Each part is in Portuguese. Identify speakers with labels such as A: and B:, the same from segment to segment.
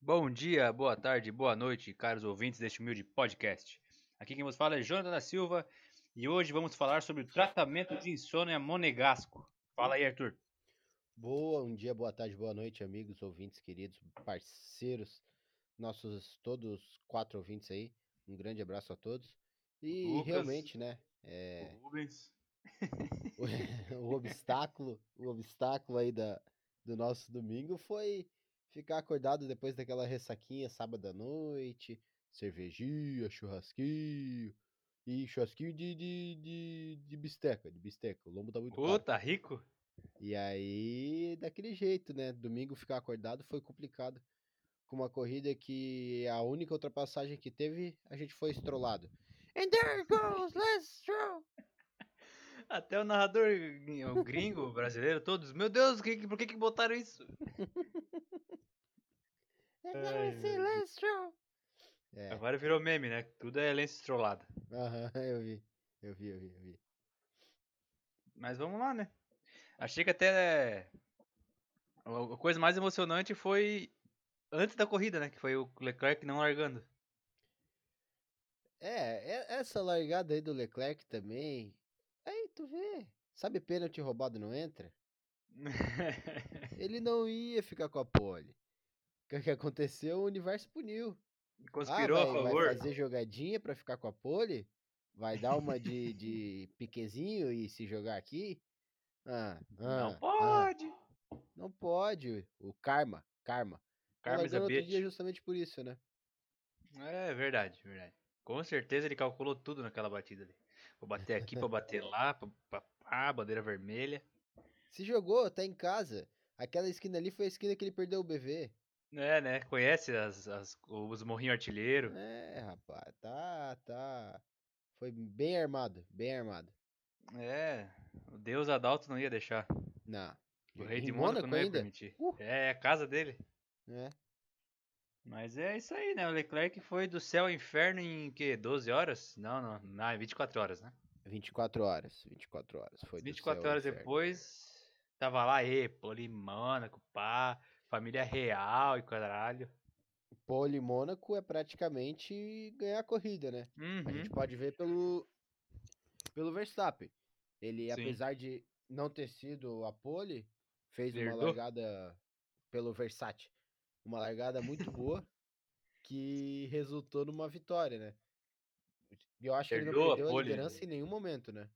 A: Bom dia, boa tarde, boa noite, caros ouvintes deste humilde podcast. Aqui quem vos fala é Jonathan da Silva e hoje vamos falar sobre o tratamento de insônia monegasco. Fala aí, Arthur.
B: Bom dia, boa tarde, boa noite, amigos, ouvintes, queridos, parceiros, nossos todos quatro ouvintes aí. Um grande abraço a todos. E
C: Lucas.
B: realmente, né? É,
C: O Rubens.
B: o, o obstáculo, o obstáculo aí da, do nosso domingo foi ficar acordado depois daquela ressaquinha sábado à noite, cervejinha, churrasquinho. E churrasquinho de, de, de, de bisteca, de bisteca. O lombo tá muito
A: Ô,
B: caro.
A: tá rico?
B: E aí, daquele jeito, né? Domingo ficar acordado foi complicado. Com uma corrida que a única ultrapassagem que teve, a gente foi estrolado. And there goes, let's throw!
A: Até o narrador o gringo, brasileiro, todos. Meu Deus, que, que- por que, que botaram isso? Ai,
B: And there say,
A: meu Deus.
B: let's throw! É,
A: Agora virou meme, né? Tudo é lenço trollada.
B: aham, eu vi, eu vi, eu vi, eu vi.
A: Mas vamos lá, né? Achei que até. A coisa mais emocionante foi antes da corrida, né? Que foi o Leclerc não largando.
B: É, é- essa largada aí do Leclerc também. Aí, tu vê. Sabe pênalti roubado não entra? Ele não ia ficar com a pole. O que que aconteceu? O universo puniu.
A: Conspirou
B: ah,
A: a
B: vai, vai
A: favor.
B: fazer jogadinha pra ficar com a pole? Vai dar uma de, de piquezinho e se jogar aqui? Ah, ah,
A: Não
B: ah,
A: pode!
B: não pode. O karma, karma. Ela
A: Carmes
B: ganhou outro dia
A: Abete.
B: justamente por isso, né?
A: É verdade, verdade. Com certeza ele calculou tudo naquela batida ali. Vou bater aqui, pra bater lá, pra, pra, pá, bandeira vermelha.
B: Se jogou, tá em casa. Aquela esquina ali foi a esquina que ele perdeu o BV.
A: É, né? Conhece as, as- os morrinhos artilheiro.
B: É, rapaz, tá, tá. Foi bem armado, bem armado.
A: É, o Deus Adalto não ia deixar.
B: Não.
A: O
B: Em
A: rei de Mônaco não ia
B: ainda?
A: permitir.
B: Uh.
A: É, é a casa dele.
B: É.
A: Mas é isso aí, né? O Leclerc foi do céu ao inferno em que? 12 horas? Não, não, não, em 24 horas, né?
B: 24 horas, 24 horas. Foi do
A: 24
B: céu ao
A: horas
B: inferno.
A: depois, tava lá, e, Poli, Mônaco, pá, família real e caralho.
B: Pole em Mônaco é praticamente ganhar a corrida, né? A
A: Uhum.
B: gente pode ver pelo, pelo Verstappen. Ele,
A: Sim.
B: apesar de não ter sido a pole, fez
A: Herdou.
B: uma largada pelo Versace. Uma largada muito boa que resultou numa vitória, né? E eu acho que ele
A: Herdou
B: não
A: a
B: perdeu a
A: pole, né?
B: liderança em nenhum momento, né?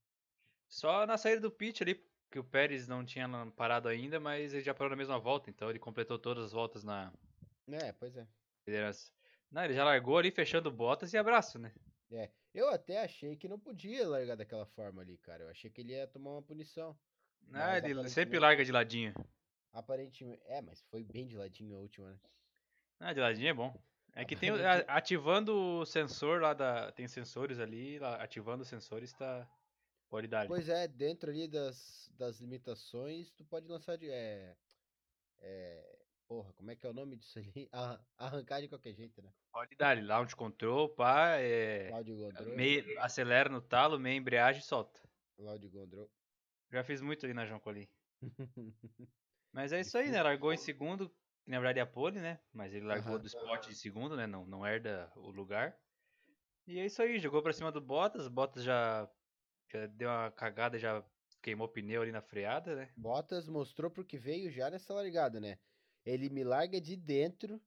A: Só na saída do pit ali, que o Pérez não tinha lan- parado ainda, mas ele já parou na mesma volta, então ele completou todas as voltas na
B: É, pois é.
A: liderança. Não, ele já largou ali, fechando botas e abraço, né?
B: Eu até achei que não podia largar daquela forma ali, cara. Eu achei que ele ia tomar uma punição.
A: Ah, ele
B: Mas
A: sempre
B: aparentemente-
A: larga de ladinho.
B: Aparentemente. É, mas foi bem de ladinho a última, né?
A: Ah, de ladinho é bom. É que tem o-
B: Aparentemente-
A: a- ativando o sensor lá da. Tem sensores ali, lá, ativando os sensores tá. Pode dar ali.
B: Pois é, dentro ali das, das limitações, tu pode lançar de. É, é, porra, como é que é o nome disso ali? Arran- Arrancar de qualquer jeito, né?
A: Pode dar ali. Launch control, pá, é.
B: Claudio Gondrou.
A: meia- acelera no talo, meia embreagem e solta.
B: Claudio Gondrou.
A: Já fiz muito ali na João Colim. Mas é isso aí, né? Largou em segundo, que na verdade é a pole, né? Mas ele largou
B: Aham.
A: do spot de segundo, né? Não, não herda o lugar. E é isso aí, jogou pra cima do Bottas, Bottas já, já deu uma cagada, já queimou o pneu ali na freada, né?
B: Bottas mostrou pro que veio já nessa largada, né? Ele me larga de dentro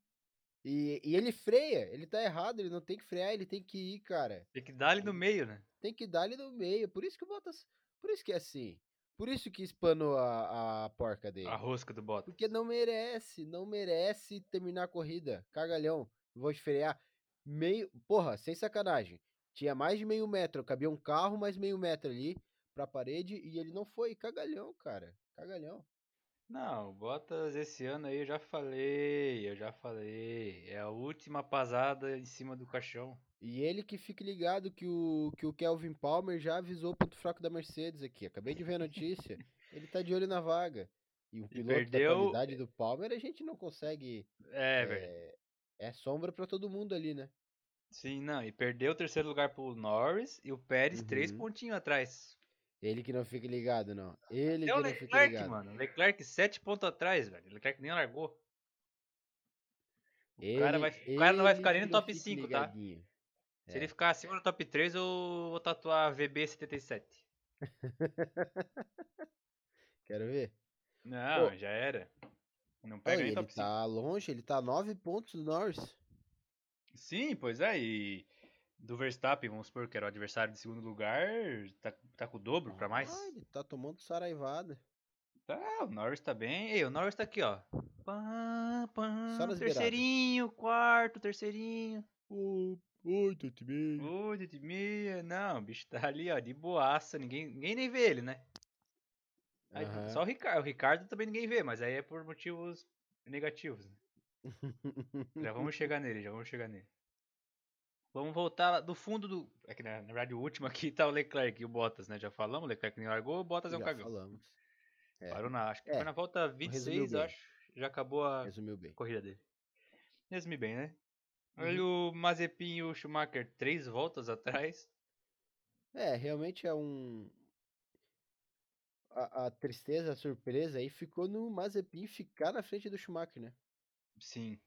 B: e, e ele freia. Ele tá errado, ele não tem que frear, ele tem que ir, cara.
A: Tem que dar ali no meio, né?
B: Tem que dar ali no meio. Por isso que o Bottas. Por isso que é assim. Por isso que espanou a, a porca dele.
A: A rosca do Bottas.
B: Porque não merece, não merece terminar a corrida. Cagalhão, vou esfrear. Meio. Porra, sem sacanagem. Tinha mais de meio metro, cabia um carro mais meio metro ali pra parede e ele não foi. Cagalhão, cara. Cagalhão.
A: Não, o Bottas esse ano aí eu já falei, eu já falei. É a última pasada em cima do caixão.
B: E ele que fique ligado que o, que o Kelvin Palmer já avisou o ponto fraco da Mercedes aqui. Acabei de ver a notícia. ele tá de olho na vaga. E o piloto
A: perdeu-
B: da qualidade do Palmer, a gente não consegue.
A: É, velho.
B: É, é sombra pra todo mundo ali, né?
A: Sim, não. E perdeu o terceiro lugar pro Norris e o Pérez três
B: Uhum.
A: pontinhos atrás.
B: Ele que não fica ligado, não. Ele
A: É
B: que
A: o
B: não fica
A: Leclerc,
B: ligado.
A: mano. Leclerc sete pontos atrás, velho. Leclerc nem largou. O cara, vai, o cara não vai ficar nem no top 5, tá? Se
B: É.
A: ele ficar acima do top 3, eu vou tatuar VB77.
B: Quero ver.
A: Não,
B: Pô.
A: já era. Não
B: Olha,
A: pega nem
B: ele
A: top 5.
B: tá longe, ele tá a 9 pontos do Norris.
A: Sim, pois é, e do Verstappen, vamos supor que era o adversário de segundo lugar, tá, tá com o dobro pra mais.
B: Ah, ele tá tomando saraivada.
A: Tá, o Norris tá bem. Ei, o Norris tá aqui, ó. Pã, pã,
B: Só nas beiradas.
A: terceirinho, quarto, terceirinho.
B: Oi, Tete Uhum.
A: Oito de meia. Não, o bicho tá ali, ó, de boaça. Ninguém, ninguém nem vê ele, né? Aí,
B: Aham.
A: Só o Ricardo. O Ricardo também ninguém vê, mas aí é por motivos negativos. né? Já vamos chegar nele, já vamos chegar nele. Vamos voltar lá do fundo do. É que, na, na verdade, o último aqui tá o Leclerc e o Bottas, né? Já falamos, o Leclerc nem largou, o Bottas é um
B: Já
A: cagão.
B: falamos. É,
A: Parou na. Acho que
B: É.
A: foi na volta
B: Resumiu
A: 26,
B: bem.
A: acho. Já acabou a
B: resumiu bem.
A: corrida dele. Resumi bem, né? Olha
B: Uhum.
A: o Mazepin e o Schumacher três voltas atrás.
B: É, realmente é um. A, a tristeza, a surpresa aí ficou no Mazepin ficar na frente do Schumacher, né?
A: Sim.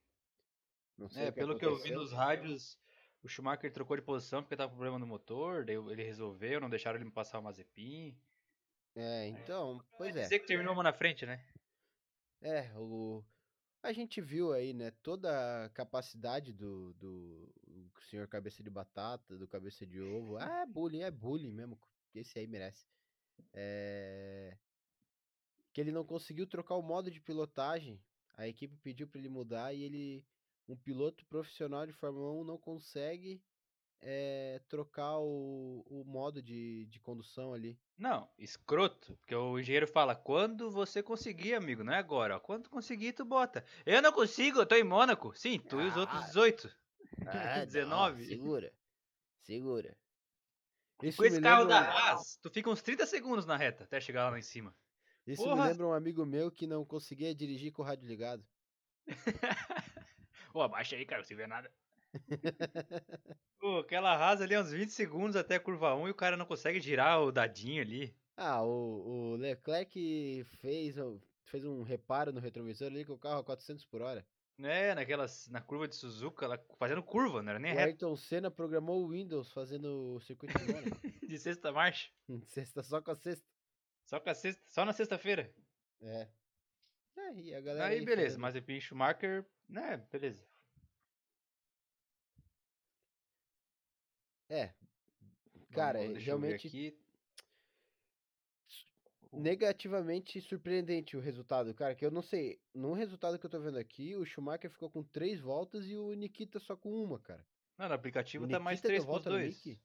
B: Não sei
A: É,
B: o que
A: pelo que eu vi
B: aconteceu.
A: nos rádios, o Schumacher trocou de posição porque tava com problema no motor, daí ele resolveu, não deixaram ele passar o Mazepin.
B: É, então, pois é.
A: Dizer que terminou uma na frente, né?
B: É, o... a gente viu aí, né, toda a capacidade do, do o senhor cabeça de batata, do cabeça de ovo. Ah, é bullying, é bullying mesmo. Esse aí merece. É... Que ele não conseguiu trocar o modo de pilotagem. A equipe pediu para ele mudar e ele, um piloto profissional de Fórmula 1, não consegue é, trocar o, o modo de, de condução ali.
A: Não, escroto. Porque o engenheiro fala, quando você conseguir, amigo, não é agora. Ó. Quando conseguir, tu bota. Eu não consigo, eu tô em Mônaco. Sim, tu e os outros
B: Ah,
A: 18.
B: Ah, não,
A: 19.
B: segura, segura. Isso
A: Com esse
B: me
A: carro da
B: lembra- um,
A: Haas, tu fica uns 30 segundos na reta até chegar lá, lá em cima.
B: Isso
A: Porra!
B: me lembra um amigo meu que não conseguia dirigir com o rádio ligado.
A: Ô, abaixa aí, cara, você vê nada. Pô, aquela Haas ali é uns 20 segundos até a curva 1 e o cara não consegue girar o dadinho ali.
B: Ah, o, o Leclerc fez, o- fez um reparo no retrovisor ali com o carro a 400 por hora.
A: Né, naquelas, na curva de Suzuka, lá, fazendo curva, não era nem
B: O
A: reta
B: Ayrton Senna programou o Windows fazendo o circuito de Mônaco.
A: de sexta marcha.
B: sexta só com a sexta.
A: Só, com a sexta, só na sexta-feira.
B: É. É, e a galera
A: Aí beleza,
B: fazendo-
A: mas Mazepin e Schumacher, né, beleza.
B: É. Cara,
A: Vamos- deixa eu ver
B: realmente
A: aqui.
B: negativamente surpreendente o resultado, cara, que eu não sei, no resultado que eu tô vendo aqui, o Schumacher ficou com três voltas e o Nikita só com uma, cara.
A: Não, no aplicativo
B: O
A: tá mais
B: Nikita deu
A: 3 pros
B: volta no
A: 2.
B: Nick?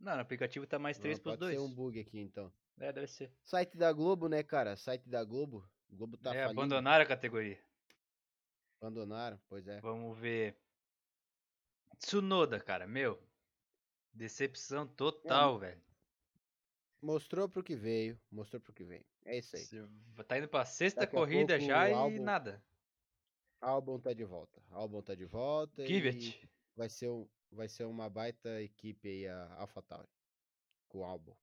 A: Não, no aplicativo tá mais 3
B: Ah,
A: pros
B: pode ser
A: 2.
B: um bug aqui então.
A: É, deve ser.
B: Site da Globo, né, cara? Site da Globo. O Globo tá
A: é,
B: falindo.
A: abandonaram a categoria.
B: Abandonaram, pois é.
A: Vamos ver. Tsunoda, cara, meu. Decepção total, velho.
B: Mostrou pro que veio, mostrou pro que veio. É isso aí.
A: Você Tá indo pra sexta
B: Daqui a
A: corrida
B: pouco
A: já
B: o
A: e
B: álbum-
A: nada.
B: Albon tá de volta. Albon tá de volta e
A: Kivet.
B: vai ser um, vai ser uma baita equipe aí a AlphaTauri com o Albon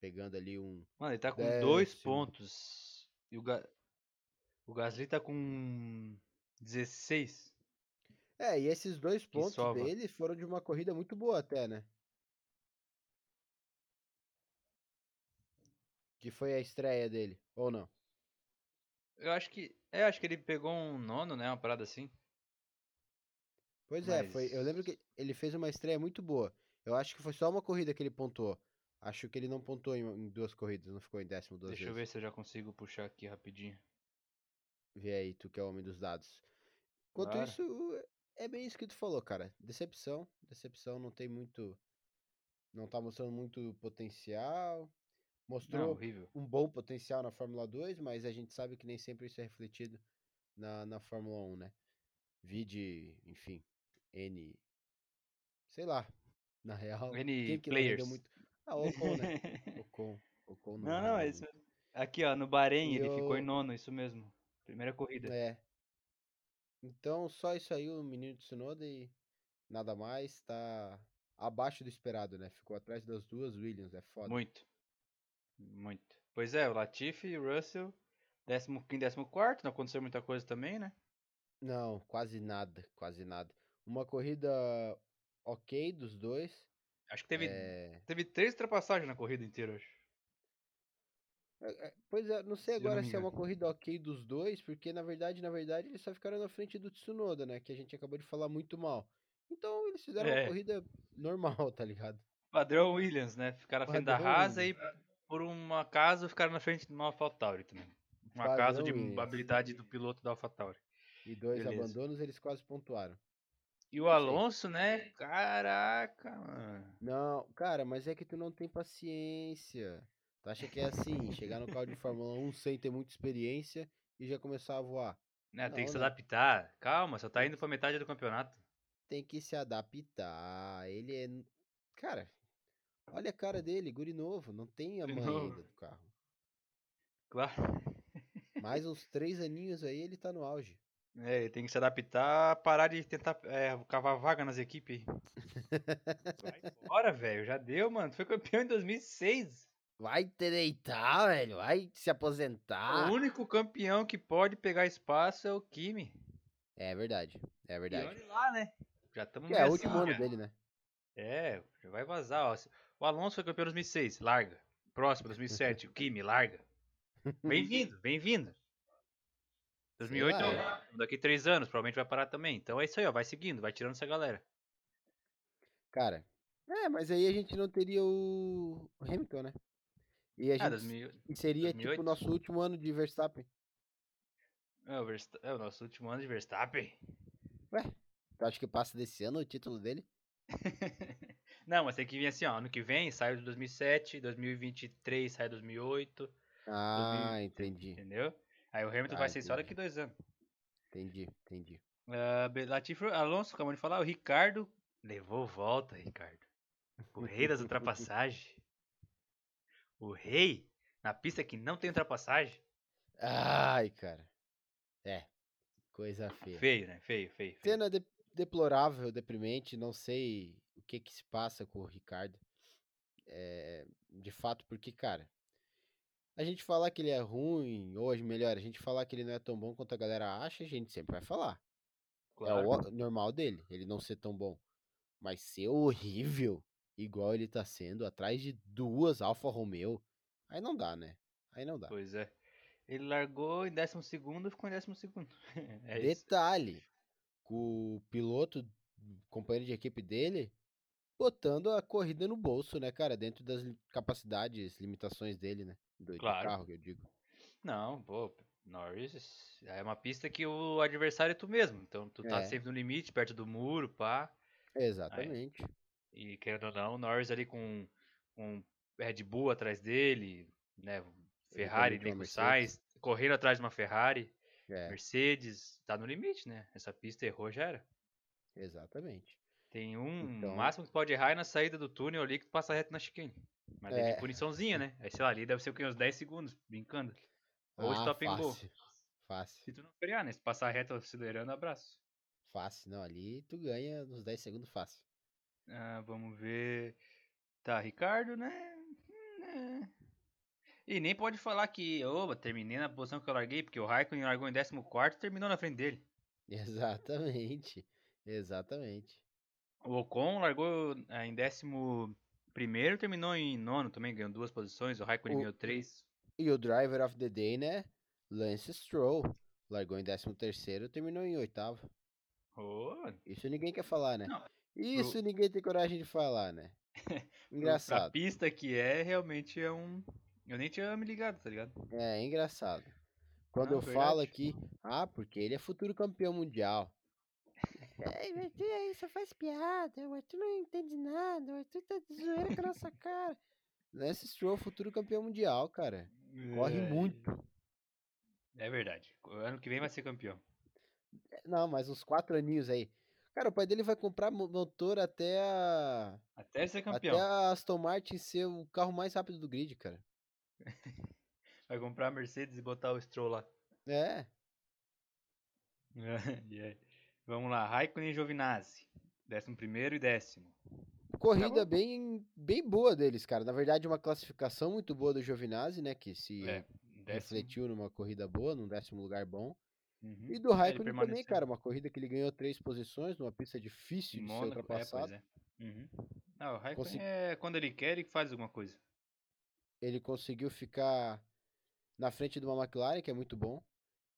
B: pegando ali um
A: Mano, ele tá com 2
B: Décimo.
A: pontos. E o, Ga... o Gasly tá com 16.
B: É, e esses dois pontos
A: sova.
B: dele foram de uma corrida muito boa até, né? Que foi a estreia dele, ou não?
A: Eu acho que. É, acho que ele pegou um nono, né? Uma parada assim.
B: Pois é, foi. Eu lembro
A: Mas-
B: que ele fez uma estreia muito boa. Eu acho que foi só uma corrida que ele pontuou. Acho que ele não pontuou em, em duas corridas, não ficou em décimo duas
A: Deixa eu ver
B: vezes.
A: se eu já consigo puxar aqui rapidinho.
B: Vê aí, tu que é o homem dos dados. Enquanto
A: Claro.
B: isso, é bem isso que tu falou, cara. Decepção, decepção, não tem muito. Não tá mostrando muito potencial.
A: Não,
B: Mostrou
A: horrível.
B: um bom potencial na Fórmula 2, mas a gente sabe que nem sempre isso é refletido na, na Fórmula 1, né? Vide, enfim, N. Sei lá, na real.
A: N
B: quem que não rendeu
A: players.
B: muito? Ah, o Ocon, né? Ocon. Ocon não.
A: não, não, é
B: rendeu
A: isso mesmo. Aqui, ó, no Bahrein,
B: E
A: ele ficou em
B: eu-
A: nono, isso mesmo. Primeira corrida.
B: muito. É. Então, só isso aí, o menino de Tsunoda e nada mais, tá abaixo do esperado, né? Ficou atrás das duas Williams, é foda.
A: Muito. Muito. Pois é, o Latifi e o Russell. 15 e 14, não aconteceu muita coisa também, né?
B: Não, quase nada, quase nada. Uma corrida ok dos dois.
A: Acho que teve,
B: é,
A: teve três ultrapassagens na corrida inteira hoje.
B: é, é, Pois é, não sei
A: Se eu não
B: agora
A: me
B: se é uma
A: engano.
B: corrida ok dos dois, porque na verdade, na verdade, eles só ficaram na frente do Tsunoda, né? Que a gente acabou de falar muito mal. Então eles fizeram
A: É.
B: uma corrida normal, tá ligado?
A: Padrão Williams, né? Ficaram na frente da
B: Padrão
A: Haas e por um acaso ficaram na frente de uma AlphaTauri também. Um acaso
B: Padrão
A: de
B: Williams.
A: habilidade do piloto da AlphaTauri.
B: E dois
A: Beleza.
B: abandonos, eles quase pontuaram.
A: E o
B: Perfeito.
A: Alonso, né? Caraca, mano.
B: Não, cara, mas é que tu não tem paciência. Tu acha que é assim, chegar no carro de Fórmula 1 sem ter muita experiência e já começar a voar?
A: Né, tem que se
B: Não, né?
A: adaptar. Calma, só tá indo pra metade do campeonato.
B: Tem que se adaptar. Ele é. n- Cara, olha a cara dele, guri novo, não tem a
A: Guri
B: mãe
A: novo.
B: ainda do carro.
A: Claro.
B: Mais uns três aninhos aí, ele tá no auge.
A: É, ele tem que se adaptar, parar de tentar é, cavar vaga nas equipes. Vai embora, velho. Já deu, mano. Tu Foi campeão em 2006.
B: Vai te deitar, velho. Vai se aposentar.
A: O único campeão que pode pegar espaço é o Kimi.
B: É verdade, é
A: E
B: verdade.
A: olha lá, né? Já estamos
B: É, o último ano dele, né?
A: É, já vai vazar. Ó. O Alonso foi campeão em 2006, larga. Próximo, 2007, o Kimi, larga. Bem-vindo, bem-vindo. 2008,
B: Sei é.
A: ó, daqui três anos, provavelmente vai parar também. Então é isso aí, ó, vai seguindo, vai tirando essa galera.
B: Cara, é, mas aí a gente não teria o o Hamilton, né? E a
A: Ah,
B: gente
A: 2008.
B: e seria tipo
A: 2008?
B: o nosso último ano de Verstappen.
A: É o, Versta- é o nosso último ano de Verstappen.
B: Tu acha que passa desse ano o título dele?
A: Não, mas tem que vir assim, ó, ano que vem sai o de 2007, 2023 sai 2008,
B: Ah, entendi,
A: entendeu? Aí o Hamilton
B: Ah,
A: vai ser só
B: entendi.
A: daqui dois anos.
B: entendi, entendi.
A: Ah, Be- Latifi, Alonso, acabou de falar, o Ricardo levou volta, Ricardo. O rei das ultrapassagens. O rei na pista que não tem ultrapassagem.
B: Ai, cara. É, coisa feia.
A: Feio, né? Feio, feio. feio.
B: Cena de- deplorável, deprimente, não sei o que que se passa com o Ricardo. É, de fato, porque, cara, a gente falar que ele é ruim, ou melhor, a gente falar que ele não é tão bom quanto a galera acha, a gente sempre vai falar. É
A: Claro.
B: o ó- normal dele, ele não ser tão bom. Mas ser horrível, igual ele tá sendo, atrás de duas Alfa Romeo, aí não dá, né? Aí não dá.
A: Pois é. Ele largou em décimo segundo e ficou em décimo segundo. É isso.
B: Detalhe, com o piloto, companheiro de equipe dele, botando a corrida no bolso, né, cara? Dentro das li- capacidades, limitações dele, né? Do, do
A: Claro. É
B: carro, que eu digo.
A: Não, pô, Norris é uma pista que o adversário é tu mesmo. Então tu tá
B: É.
A: sempre no limite, perto do muro, pá.
B: Exatamente.
A: E querendo ou não, o Norris ali com um Red Bull atrás dele, né? Ferrari ali
B: também tem uma
A: com o
B: Mercedes.
A: Sainz, correndo atrás de uma Ferrari,
B: É,
A: Mercedes, tá no limite, né? Essa pista errou, já era.
B: exatamente.
A: Tem um,
B: Então-
A: o máximo que tu pode errar é na saída do túnel ali que tu passa reto na chicane. Mas
B: É.
A: teve puniçãozinha, né? Aí, sei lá, ali deve ser o quê? Uns 10 segundos, brincando. Ou
B: Ah,
A: stop and go.
B: fácil. Fácil.
A: Se tu não frear, né? Se passar reto acelerando, abraço.
B: Fácil. Não, ali tu ganha nos 10 segundos fácil.
A: Ah, vamos ver. Tá, Ricardo, né? Né. E nem pode falar que, oba, terminei na posição que eu larguei, porque o Raikkonen largou em 14 e terminou na frente dele.
B: Exatamente. Exatamente.
A: O Ocon largou ah, em 11 primeiro, terminou em nono também, ganhou duas posições, o Raikkonen
B: O-
A: ganhou três.
B: E o driver of the day, né? Lance Stroll. Largou em 13 terceiro, terminou em oitavo.
A: Ô,
B: Isso ninguém quer falar, né?
A: Não,
B: Isso ninguém tem coragem de falar, né?
A: pra
B: Engraçado.
A: pista que é, realmente é um... Eu nem tinha me ligado, tá ligado?
B: É, é engraçado. Quando
A: Não,
B: eu falo
A: verdade.
B: aqui, ah, porque ele é futuro campeão mundial. Ai, mas tu aí só faz piada, o Arthur não entende nada, o Arthur tá de zoeira com a nossa cara. Né, Lance Stroll, futuro campeão mundial, cara. Corre
A: É,
B: muito.
A: É verdade. Ano que vem vai ser campeão.
B: É, Não, mas uns quatro aninhos aí. Cara, o pai dele vai comprar mo- motor até a...
A: Até ser campeão.
B: até a Aston Martin ser o carro mais rápido do grid, cara.
A: Vai comprar a Mercedes e botar o Stroll lá.
B: É,
A: E aí? Vamos lá, Raikkonen e Giovinazzi. Décimo primeiro e décimo. Tá
B: corrida bem, bem boa deles, cara. Na verdade, é uma classificação muito boa do Giovinazzi, né? Que se
A: É, décimo.
B: refletiu numa corrida boa, num décimo lugar bom.
A: Uhum.
B: E do Raikkonen também,
A: permaneceu.
B: cara, uma corrida que ele ganhou três posições, numa pista difícil de ser
A: Mônaco, é, pois
B: ultrapassada.
A: é. Uhum. Ah, o Raikkonen
B: Consegui-
A: é quando ele quer, ele faz alguma coisa. é.
B: Ele conseguiu ficar na frente de uma McLaren, que é muito bom.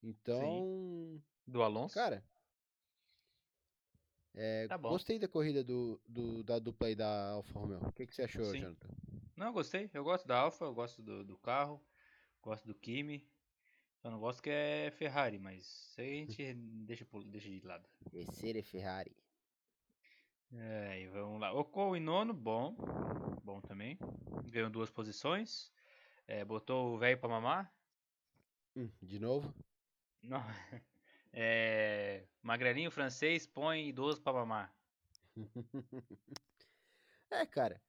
B: Então,
A: Do Alonso?
B: cara, é,
A: Tá bom.
B: gostei da corrida do, do- da dupla aí da Alfa Romeo. O que, que você achou,
A: Sim.
B: Jonathan?
A: Não, eu gostei. Eu gosto da Alfa, eu gosto do, do carro, gosto do Kimi. Só não gosto que é Ferrari, mas isso aí a gente deixa, pro- deixa de lado.
B: Terceira é Ferrari.
A: É, e vamos lá. Ocon em nono, bom. Bom também. Ganhou duas posições. É, botou o velho pra mamar.
B: Hum, de novo?
A: Não. É, magrelinho francês põe idoso pra mamar.
B: É, cara.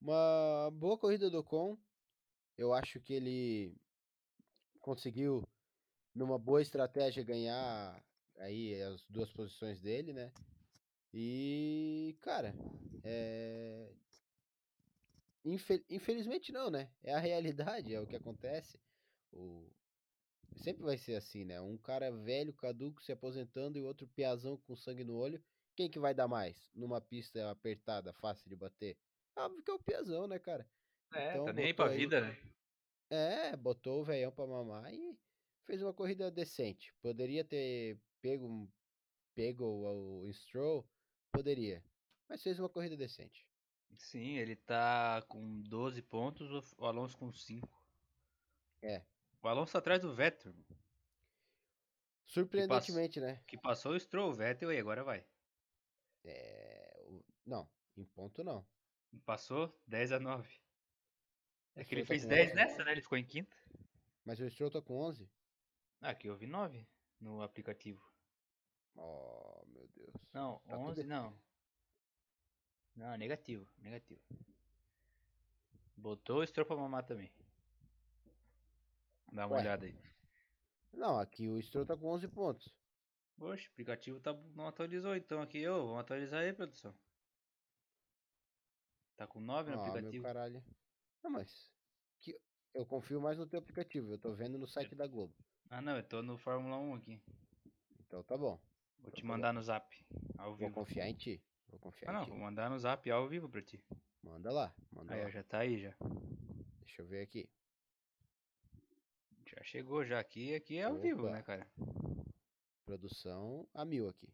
B: Uma boa corrida do Ocon. Eu acho que ele conseguiu, numa boa estratégia, ganhar aí as duas posições dele, né? E, cara, é... Infel- infelizmente não, né? É a realidade, é o que acontece. O... Sempre vai ser assim, né? Um cara velho, caduco, se aposentando e o outro piazão com sangue no olho. Quem que vai dar mais numa pista apertada, fácil de bater? Óbvio que é o piazão, né, cara?
A: É,
B: Então
A: tá nem aí
B: botou
A: pra
B: aí.
A: vida, né?
B: É, botou o veião pra mamar e fez uma corrida decente. Poderia ter pego, um- pego o, o Stroll, poderia. Mas fez uma corrida decente.
A: Sim, ele tá com 12 pontos, o- o Alonso com 5.
B: É.
A: O Alonso tá atrás do Vettel,
B: Surpreendentemente, né?
A: que passou o Stroll, o Vettel e agora vai.
B: É, o- não, em ponto não.
A: Passou 10 a 9. É
B: Mas
A: que ele
B: foi
A: fez
B: com
A: 10
B: onze.
A: nessa, né? Ele ficou em quinto.
B: Mas o Stroll tá com 11.
A: Ah, aqui eu vi 9 no aplicativo.
B: Oh, meu Deus.
A: Não,
B: Tá tudo
A: 11
B: errado.
A: não. Não, negativo, negativo. Botou o Stroll pra mamar também. Dá uma
B: Ué.
A: olhada aí.
B: Não, aqui o Stroll tá com 11 pontos.
A: Poxa, o aplicativo tá, não atualizou, então aqui, ô, vamos atualizar aí, produção. Tá com 9 no
B: Ah, meu
A: aplicativo.
B: caralho. Não, mas que- eu confio mais no teu aplicativo. Eu tô vendo no site da Globo.
A: Ah não, eu tô no Fórmula 1 aqui.
B: Então tá bom.
A: Vou te
B: Tá bom.
A: mandar no zap, ao
B: Vou
A: vivo.
B: confiar em ti. Vou confiar
A: Ah
B: em
A: não,
B: ti.
A: vou mandar no zap ao vivo pra ti.
B: Manda lá, manda
A: Aí, ó,
B: lá.
A: já tá aí já.
B: Deixa eu ver aqui.
A: Já chegou já aqui, aqui é ao vivo,
B: Opa.
A: né, cara?
B: Produção a mil aqui.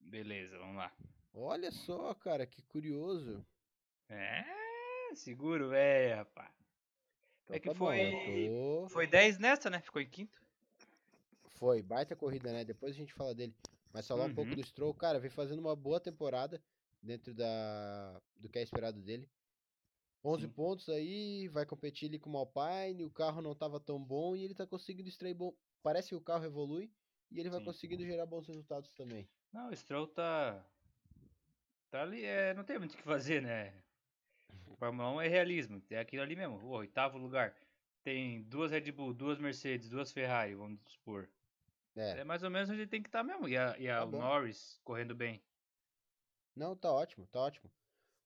A: Beleza, vamos lá.
B: Olha só, cara, que curioso.
A: É, seguro, é, rapaz.
B: Então
A: É que
B: tá bom, eu
A: foi-
B: tô-
A: Foi 10 nessa, né? Ficou em quinto.
B: Foi, baita corrida, né? Depois a gente fala dele. Mas falar um pouco
A: Uhum.
B: do Stroll, cara, vem fazendo uma boa temporada dentro da... do que é esperado dele. 11
A: Sim.
B: pontos aí, vai competir ali com o Alpine, o carro não tava tão bom e ele tá conseguindo extrair bom. Parece que o carro evolui e ele vai
A: Sim.
B: conseguindo gerar bons resultados também.
A: Não, o Stroll tá. Tá ali, é, não tem muito o que fazer, né? O Fórmula 1 é realismo, é aquilo ali mesmo. O oitavo lugar tem duas Red Bull, duas Mercedes, duas Ferrari, vamos supor.
B: É.
A: É mais ou menos onde ele tem que estar mesmo. E a, e a
B: Tá
A: o
B: bom.
A: Norris correndo bem.
B: Não, tá ótimo, tá ótimo.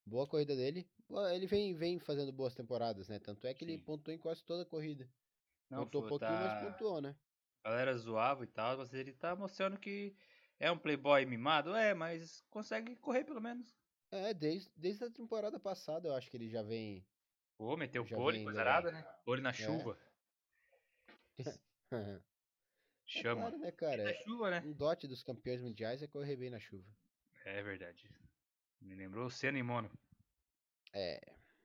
B: Boa corrida dele. Boa, Ele vem, vem fazendo boas temporadas, né? Tanto é que ele
A: Sim.
B: pontuou em quase toda a corrida.
A: Não,
B: pontuou um
A: pô,
B: pouquinho, mas
A: tá...
B: pontuou, né?
A: A galera zoava e tal, mas ele tá mostrando que é um playboy mimado, é, mas consegue correr pelo menos.
B: É, desde, desde a temporada passada eu acho que ele já vem.
A: Pô, meteu
B: Já
A: pole,
B: vem
A: coisa arada, né? Pole na chuva.
B: É
A: Chama.
B: claro, né, cara?
A: Na chuva, né?
B: Um dote dos campeões mundiais é correr bem na chuva.
A: É verdade. Me lembrou o Senna e Mono.
B: É.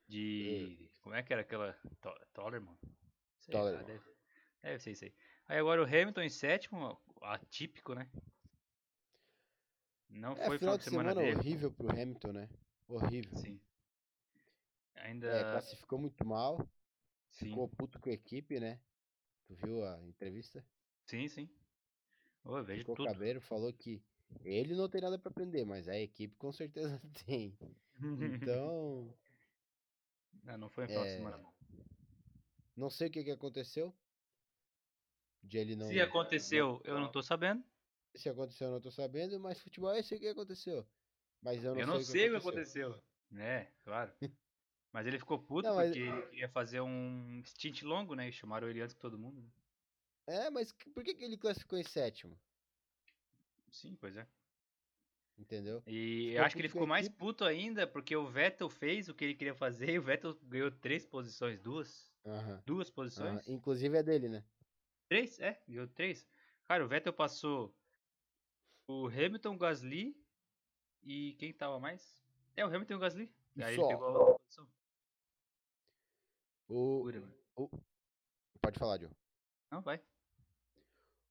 A: De. Como é que era aquela. To- Tolerman? Sei lá,
B: Tolerman.
A: Deve... deve ser isso aí. Aí agora o Hamilton em sétimo, atípico, né? Não
B: É,
A: foi
B: final
A: final
B: de
A: semana,
B: semana
A: dele.
B: horrível pro Hamilton, né? Horrível.
A: Sim. Ainda.
B: É, classificou muito mal,
A: sim.
B: ficou puto com a equipe, né? Tu viu a entrevista?
A: sim, sim. Ô, eu vejo
B: Ficou
A: tudo.
B: cabreiro, falou que ele não tem nada pra aprender, mas a equipe com certeza tem. Então,
A: não, não foi um final de
B: É,
A: semana. bom.
B: não sei o que, que aconteceu. De ele não. é.
A: Se aconteceu, eu não tô sabendo.
B: se aconteceu, eu não tô sabendo, mas futebol é isso que aconteceu. Mas eu não,
A: Eu não sei o que
B: aconteceu.
A: aconteceu. É, claro. Mas ele ficou puto
B: Não, mas-
A: porque ele queria fazer um stint longo, né? E chamaram ele antes que todo mundo. né?
B: É, mas que- por que, que ele classificou em sétimo?
A: Sim, pois é.
B: Entendeu?
A: E
B: Ficou
A: eu acho que
B: puto
A: ele
B: com a
A: ficou mais
B: equipe.
A: puto ainda porque o Vettel fez o que ele queria fazer e o Vettel ganhou três posições. Duas?
B: Aham.
A: Duas
B: aham.
A: posições?
B: Inclusive é dele, né?
A: Três? É, ganhou três. Cara, o Vettel passou o Hamilton, o Gasly e quem tava mais? É, o Hamilton e o Gasly.
B: E
A: Aí
B: só.
A: ele pegou a outra posição.
B: O...
A: Pura, mano.
B: Pode falar, Joe.
A: Não, vai.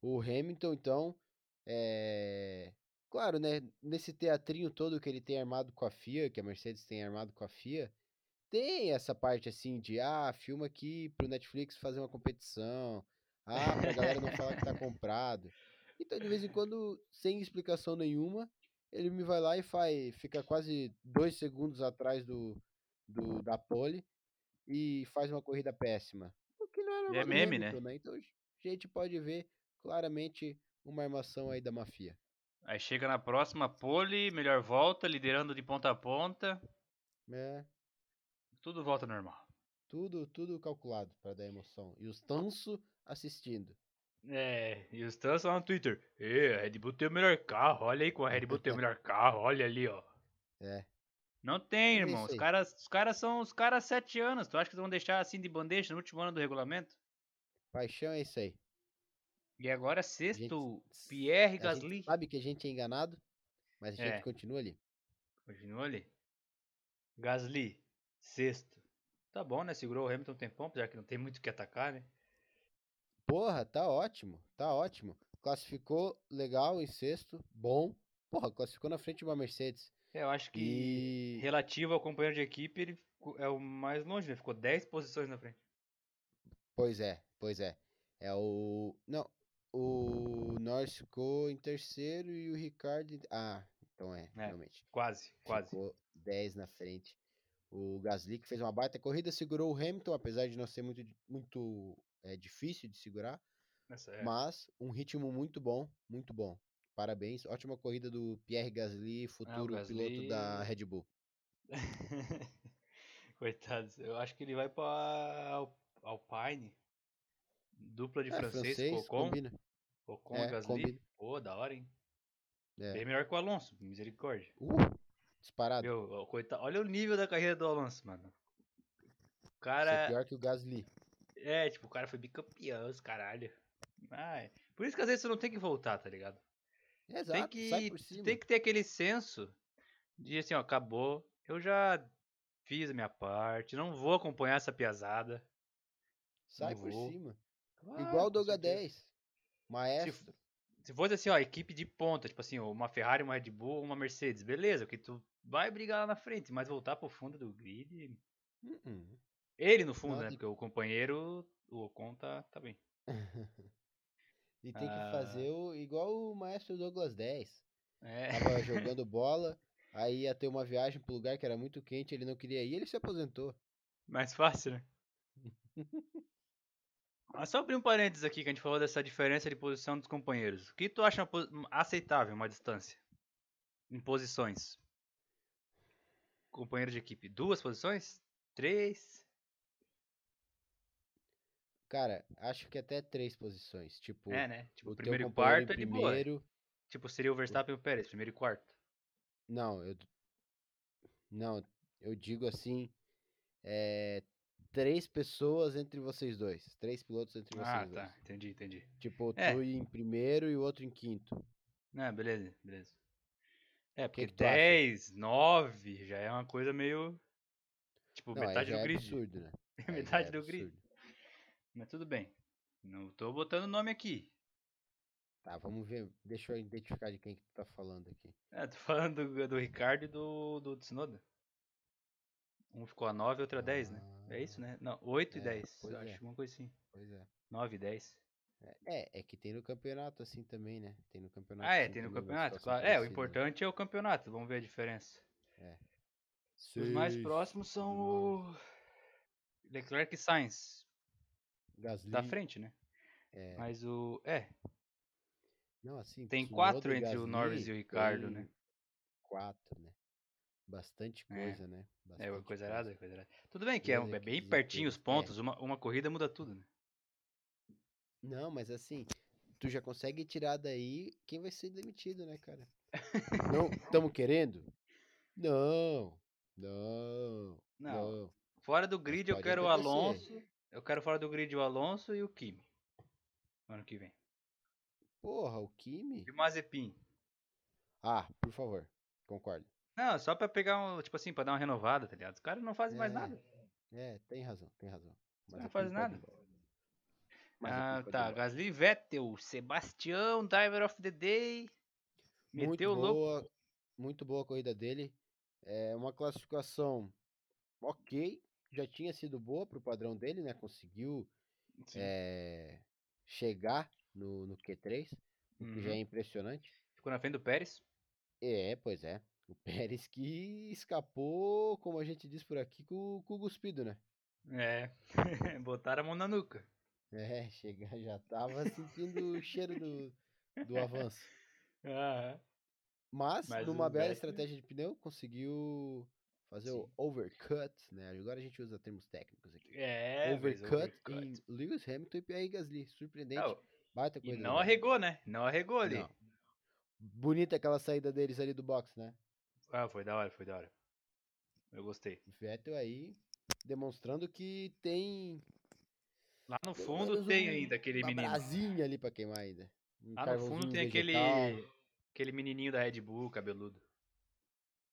B: O Hamilton, então, é. Claro, né? Nesse teatrinho todo que ele tem armado com a FIA, que a Mercedes tem armado com a FIA, tem essa parte assim de ah, filma aqui pro Netflix fazer uma competição. Ah, pra galera não falar que tá comprado. Então, de vez em quando, sem explicação nenhuma, ele me vai lá e faz, fica quase dois segundos atrás do, do da pole e faz uma corrida péssima. O que não era
A: É
B: normal do
A: meme, né?
B: Hamilton, né? Então, a gente pode ver claramente uma armação aí da mafia.
A: Aí chega na próxima pole, melhor volta, liderando de ponta a ponta.
B: É,
A: Tudo volta ao normal.
B: tudo, tudo calculado para dar emoção. E os tanso assistindo.
A: É, e os Tans lá no Twitter. Ê, a Red Bull tem o melhor carro, olha aí como a Red Bull tem o melhor carro, olha ali, ó.
B: É.
A: Não tem,
B: É
A: irmão.
B: isso
A: Os
B: aí.
A: caras, os caras são os caras há sete anos. Tu acha que eles vão deixar assim de bandeja no último ano do regulamento?
B: Paixão é isso aí.
A: E agora sexto, Pierre
B: A gente
A: Gasly.
B: sabe que a gente é enganado, mas a gente
A: É.
B: continua ali.
A: Continua ali. Gasly, sexto. Tá bom, né? Segurou o Hamilton um tempão, apesar que não tem muito o que atacar, né?
B: Porra, tá ótimo, tá ótimo. Classificou legal em sexto, bom. Porra, classificou na frente de uma Mercedes.
A: É, Eu acho que
B: E
A: relativo ao companheiro de equipe, ele ficou- é o mais longe, né? Ficou 10 posições na frente.
B: Pois é, pois é. É o. Não. O Norris ficou em terceiro e o Ricardo. em- Ah, então é,
A: É,
B: realmente.
A: Quase, quase.
B: Ficou 10 na frente. O Gasly que fez uma baita corrida, segurou o Hamilton, apesar de não ser muito, di- muito é, difícil de segurar.
A: Nessa, é.
B: Mas um ritmo muito bom, muito bom. Parabéns. Ótima corrida do Pierre Gasly, futuro piloto
A: É,
B: da
A: Gasly-
B: Red Bull.
A: Coitados, eu acho que ele vai pra Al- Alpine. Dupla de
B: É,
A: francês, Cocon.
B: combina.
A: Ocon
B: É,
A: e Gasly.
B: combina.
A: Pô, da hora, hein?
B: É.
A: Bem melhor que o Alonso, misericórdia.
B: Uh, disparado.
A: Meu, ó, coitado, olha o nível da carreira do Alonso, mano. O
B: Isso é
A: cara.
B: pior que o Gasly.
A: É, tipo, o cara foi bicampeão, os caralho. Ai, por isso que às vezes você não tem que voltar, tá ligado?
B: Exato,
A: tem
B: sai
A: que,
B: por
A: tu
B: cima.
A: tem que ter aquele senso de assim, ó, acabou, eu já fiz a minha parte, não vou acompanhar essa piazada.
B: Sai
A: Não
B: por
A: vou.
B: cima.
A: Claro,
B: Igual o
A: com
B: Doga
A: certeza.
B: 10. Maestro.
A: Se fosse assim, ó, equipe de ponta, tipo assim, uma Ferrari, uma Red Bull, uma Mercedes, beleza, que tu vai brigar lá na frente, mas voltar pro fundo do grid.
B: Uh-uh.
A: Ele no fundo,
B: Não,
A: né?
B: e-
A: Porque o companheiro, o Ocon tá, tá bem.
B: E tem que
A: Ah.
B: fazer o, igual o Maestro Douglas 10.
A: É,
B: Tava jogando bola, aí ia ter uma viagem pro lugar que era muito quente, ele não queria ir, ele se aposentou.
A: mais fácil, né? Mas só abrir um parênteses aqui que a gente falou dessa diferença de posição dos companheiros. O que tu acha uma po- hum, aceitável uma distância? Em posições? Companheiro de equipe, duas posições? Três?
B: Cara, acho que até três posições. Tipo,
A: É, né? Tipo,
B: o teu
A: primeiro e
B: companheiro
A: quarto é
B: em
A: de boa.
B: primeiro.
A: Tipo, seria o Verstappen e o Pérez, primeiro e quarto.
B: Não, eu. Não, eu digo assim. É, três pessoas entre vocês dois. Três pilotos entre vocês
A: Ah,
B: dois.
A: tá. Entendi, entendi.
B: Tipo,
A: É.
B: tu em primeiro e o outro em quinto.
A: Ah, beleza, beleza. É, porque
B: que tu acha?
A: 10, 9 já é uma coisa meio. Tipo,
B: Não, aí
A: metade
B: já
A: do
B: é
A: grid.
B: absurdo, né? Aí já é
A: metade do grid.
B: absurdo.
A: Mas tudo bem. Não tô botando nome aqui.
B: Tá, vamos ver. Deixa eu identificar de quem que tu tá falando aqui.
A: É, tô falando do, do Ricardo e do, do Tsunoda. Um ficou a 9 e outro a 10, né? É isso, né? Não, 8
B: É,
A: e 10.
B: pois
A: Eu
B: é.
A: acho uma coisa assim.
B: Pois é.
A: 9 e 10.
B: É, é que tem no campeonato assim também, né? Tem no campeonato.
A: Ah, é,
B: assim
A: tem no
B: também uma
A: campeonato,
B: situação
A: claro. É, o
B: parecida, né?
A: importante é o campeonato. Vamos ver a diferença. Os
B: Seis,
A: é mais próximos são
B: nove.
A: o Leclerc e Sainz.
B: Gasly.
A: Da frente, né?
B: É.
A: Mas o. É,
B: Não, assim,
A: tem
B: Tsunoda
A: quatro
B: e
A: entre o Norris e
B: Gasly
A: o Ricardo,
B: tem
A: né?
B: Quatro, né? Bastante coisa, né?
A: É,
B: Bastante
A: coisa errada,
B: coisa.
A: coisa errada. Tudo bem que é,
B: Duas
A: é bem
B: equipes
A: pertinho os
B: inteiras, é.
A: pontos, uma, uma corrida muda tudo, né?
B: Não, mas assim, tu já consegue tirar daí quem vai ser demitido, né, cara? Não, estamos querendo? Não, não,
A: Não.
B: não.
A: Fora do grid eu
B: pode
A: quero o
B: acontecer.
A: Alonso. Eu quero fora do grid o Alonso e o Kimi. Ano que vem.
B: Porra, o Kimi?
A: E o Mazepin.
B: Ah, por favor, concordo.
A: Não, só pra pegar um, tipo assim, pra dar uma renovada, tá ligado? Os caras não fazem mais
B: É,
A: nada.
B: É, tem razão, tem razão.
A: não
B: aqui
A: faz
B: pode
A: nada.
B: ir embora. Mas
A: Ah,
B: aqui pode ir
A: tá.
B: embora.
A: Gasly Vettel, Sebastião, Driver of the Day.
B: Muito
A: Meteu o louco.
B: boa, muito boa a corrida dele. É uma classificação ok, já tinha sido boa pro padrão dele, né? Conseguiu
A: Sim.
B: é, chegar no, no Q3, o que já
A: Uhum.
B: é impressionante.
A: Ficou na frente do Pérez.
B: É, pois é. O Pérez que escapou, como a gente diz por aqui, com, com o cuspido, né?
A: É. Botaram a mão na nuca.
B: É, chegar já tava sentindo o cheiro do, do avanço.
A: Ah,
B: Mas,
A: Mas
B: numa
A: o
B: bela
A: Vettel-
B: estratégia de pneu, conseguiu fazer o
A: Sim.
B: overcut, né? Agora a gente usa termos técnicos aqui.
A: é. mas
B: overcut, em Lewis Hamilton e Pierre Gasly. Surpreendente.
A: Não,
B: Baita
A: e
B: corrida.
A: não
B: do Gasly.
A: arregou, né? Não arregou ali.
B: Não. Bonita aquela saída deles ali do box, né?
A: Ah, foi da hora, foi da hora. Eu gostei.
B: Vettel aí demonstrando que tem
A: Lá no
B: Pelo
A: fundo
B: menos
A: tem
B: um-
A: ainda aquele
B: uma
A: menino.
B: brasinha ali pra queimar ainda. Um
A: Lá no fundo
B: carvãozinho
A: tem aquele.
B: vegetal.
A: Aquele menininho da Red Bull, cabeludo.